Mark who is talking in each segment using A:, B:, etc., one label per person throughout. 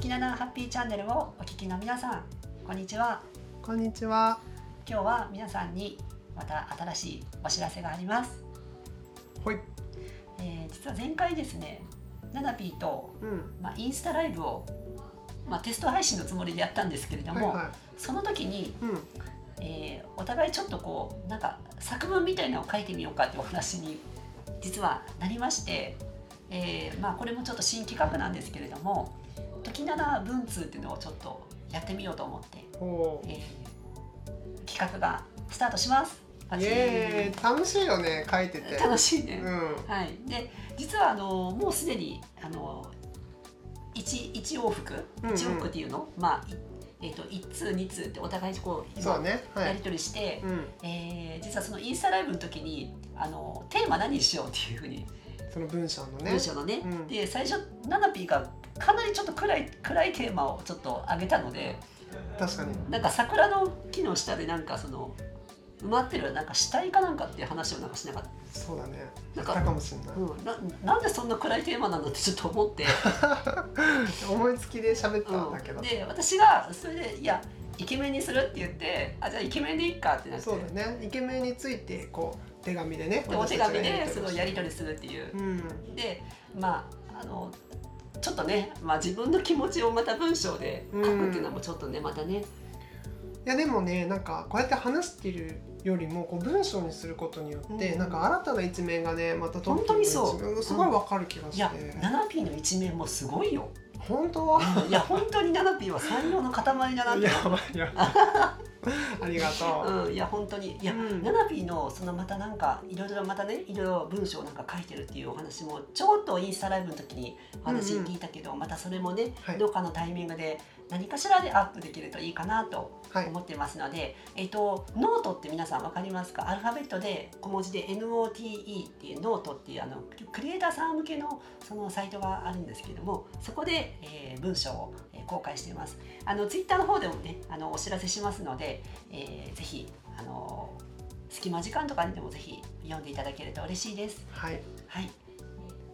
A: ーチャンネルをお聞きの皆さんこんにちは
B: こんにちは。
A: 今日は皆さんにまた新しいお知らせがあります、
B: ほい。
A: えー実は前回ですねナナピーと、
B: うん。
A: まあ、インスタライブを、まあ、テスト配信のつもりでやったんですけれど
B: はい
A: も、
B: は
A: その時に、
B: い。うん。
A: えーお互いちょっとこうなんか作文みたいなのを書いてみようかってお話に実はなりまして、えーまあ、これもちょっと新企画なんですけれども「時七文通」っていうのをちょっとやってみようと思って、
B: ほう。
A: えー企画がスタートします。パ
B: イ
A: チン
B: エーイ。楽しいよね、書いてて。
A: 楽しいね、
B: うん。
A: はい、で実はあのもうすでにあの 1, 一往復
B: うんうん
A: 1往復っていうの、まあいえー、と1通2通ってお互いにこう
B: そう
A: 今
B: ね。は
A: やり
B: い。
A: 取りして、
B: うん。
A: えー実はそのインスタライブの時にあのテーマ何にしようっていうふうに
B: その文章のね
A: 文。章のね
B: うん
A: で最初ナナピーがかなりちょっと暗い暗いテーマをちょっと上げたので
B: 確かに。
A: なんか桜の木の下でなんかその埋まってるなんか死体かなんかっていう話をなんかしなかった。
B: そうだね。
A: な
B: や
A: ん
B: っ
A: か
B: たかもしれない。
A: うん、ななんでそんな暗いテーマなのってちょっと 思って、
B: 思いつきで喋ったんだけ
A: う
B: ど
A: ん、。で私がそれで「いやイケメンにする」って言って「あじゃあイケメンでいっか」ってなって
B: そうだね。イケメンについてこう手紙でね。
A: でお手紙でそ
B: そ
A: のやり取りするっていう
B: り。うん。
A: でまああのちょっとね、まあ、自分の気持ちをまた文章で書くっていうのもちょっとね、またね
B: いやでもねなんかこうやって話してるよりもこう文章にすることによって、
A: うん
B: なんか新たな一面がねまた
A: 本当にそう
B: 東京の一面すごいわかる気が
A: い
B: し
A: や
B: て、
A: ナナピーの一面もすごいよ
B: 本当
A: いや本当にナナピーは才能の塊だなっ
B: い
A: て
B: やばいやありがと
A: うん、いや本当にいや、
B: うん
A: ナナピーのそのまたなんかいろいろまたねいろいろ文章なんか書いてるっていうお話もちょっとインスタライブの時にお話聞いたけど、またそれもね、
B: はい
A: どっかのタイミングで何かしらでアップできるといいかなと
B: う。はい。
A: 思ってますので、えっとノートって皆さんわかりますかアルファベットで小文字で NOTE っていうノートっていうあのクリエイターさん向けのそのサイトがあるんですけどもそこで、えー文章をえー公開していますあのツイッターの方でもねあのお知らせしますので、えーぜひあの隙間時間とかにでもぜひ読んでいただけると嬉しいです
B: はい。
A: はい、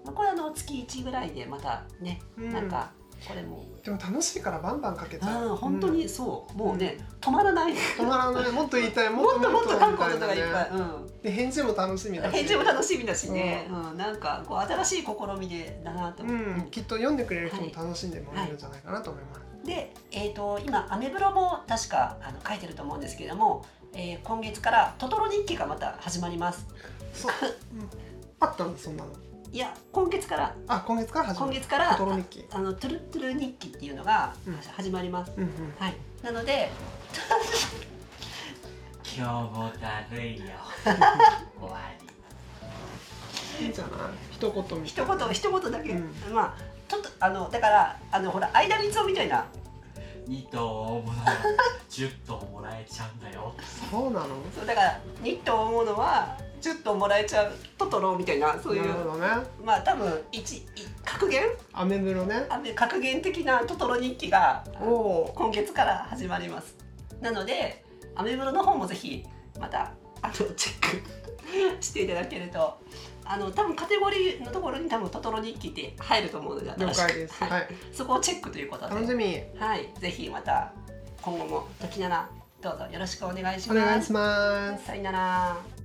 A: まあ、これあの月1ぐらいでまたね
B: う
A: なん。かこれも、
B: でも楽しいからバンバンかけちゃう。
A: うん、本当にそう、もうね止まらない
B: うん。止まらない。もっと言いた い。
A: もっともっと書くことがいっ
B: みた
A: ぱ、
B: ないねで返事も楽しみ
A: うん、
B: だし。
A: 返事も楽
B: し
A: しみだしね、うんなんかこう新しい試みでだなと
B: う
A: 思って、
B: ん。きっと読んでくれる人も楽しんでもらえるんじゃないかなと思います。
A: で、えー、と今アメブロも確かあの書いてると思うんですけれども、えー今月から「トトロ日記」がまた始まります
B: そう。うんあったのそんなの。
A: いや今月から
B: あ今月から始ま
A: 今
B: る。
A: 月から
B: トトロ日記
A: あのトゥルトゥル日記っていうのが
B: うん
A: 始まります、
B: うんうん。
A: はいなので
C: 今日もだるいよ終わり
B: いいじゃない。一言みた
A: 一
B: いな
A: 言一言だけ、
B: うん
A: まあちょっとあのだからあのほら相田みつをみたいな
C: 2頭もらえ10頭もらえちゃうんだよ
B: そうなの。
A: そうだからニットを思うのは10トンもらえちゃうトトロみたいなそういう
B: なるほどね。
A: まあ多分一い格言
B: アメブロね。
A: あの格言的なトトロ日記が
B: おお
A: 今月から始まりますなのでアメブロの方もぜひまたあのチェック していただけるとあの多分カテゴリーのところに多分トトロ日記って入ると思うので
B: ー。了
A: 新し
B: 解
A: く
B: です。
A: はい
B: はい。
A: そこをチェックということで
B: 楽しみ。
A: はい、ぜひまた今後も時ならどうぞよろしくお願いし
B: お
A: ます
B: 願いします。
A: さよなら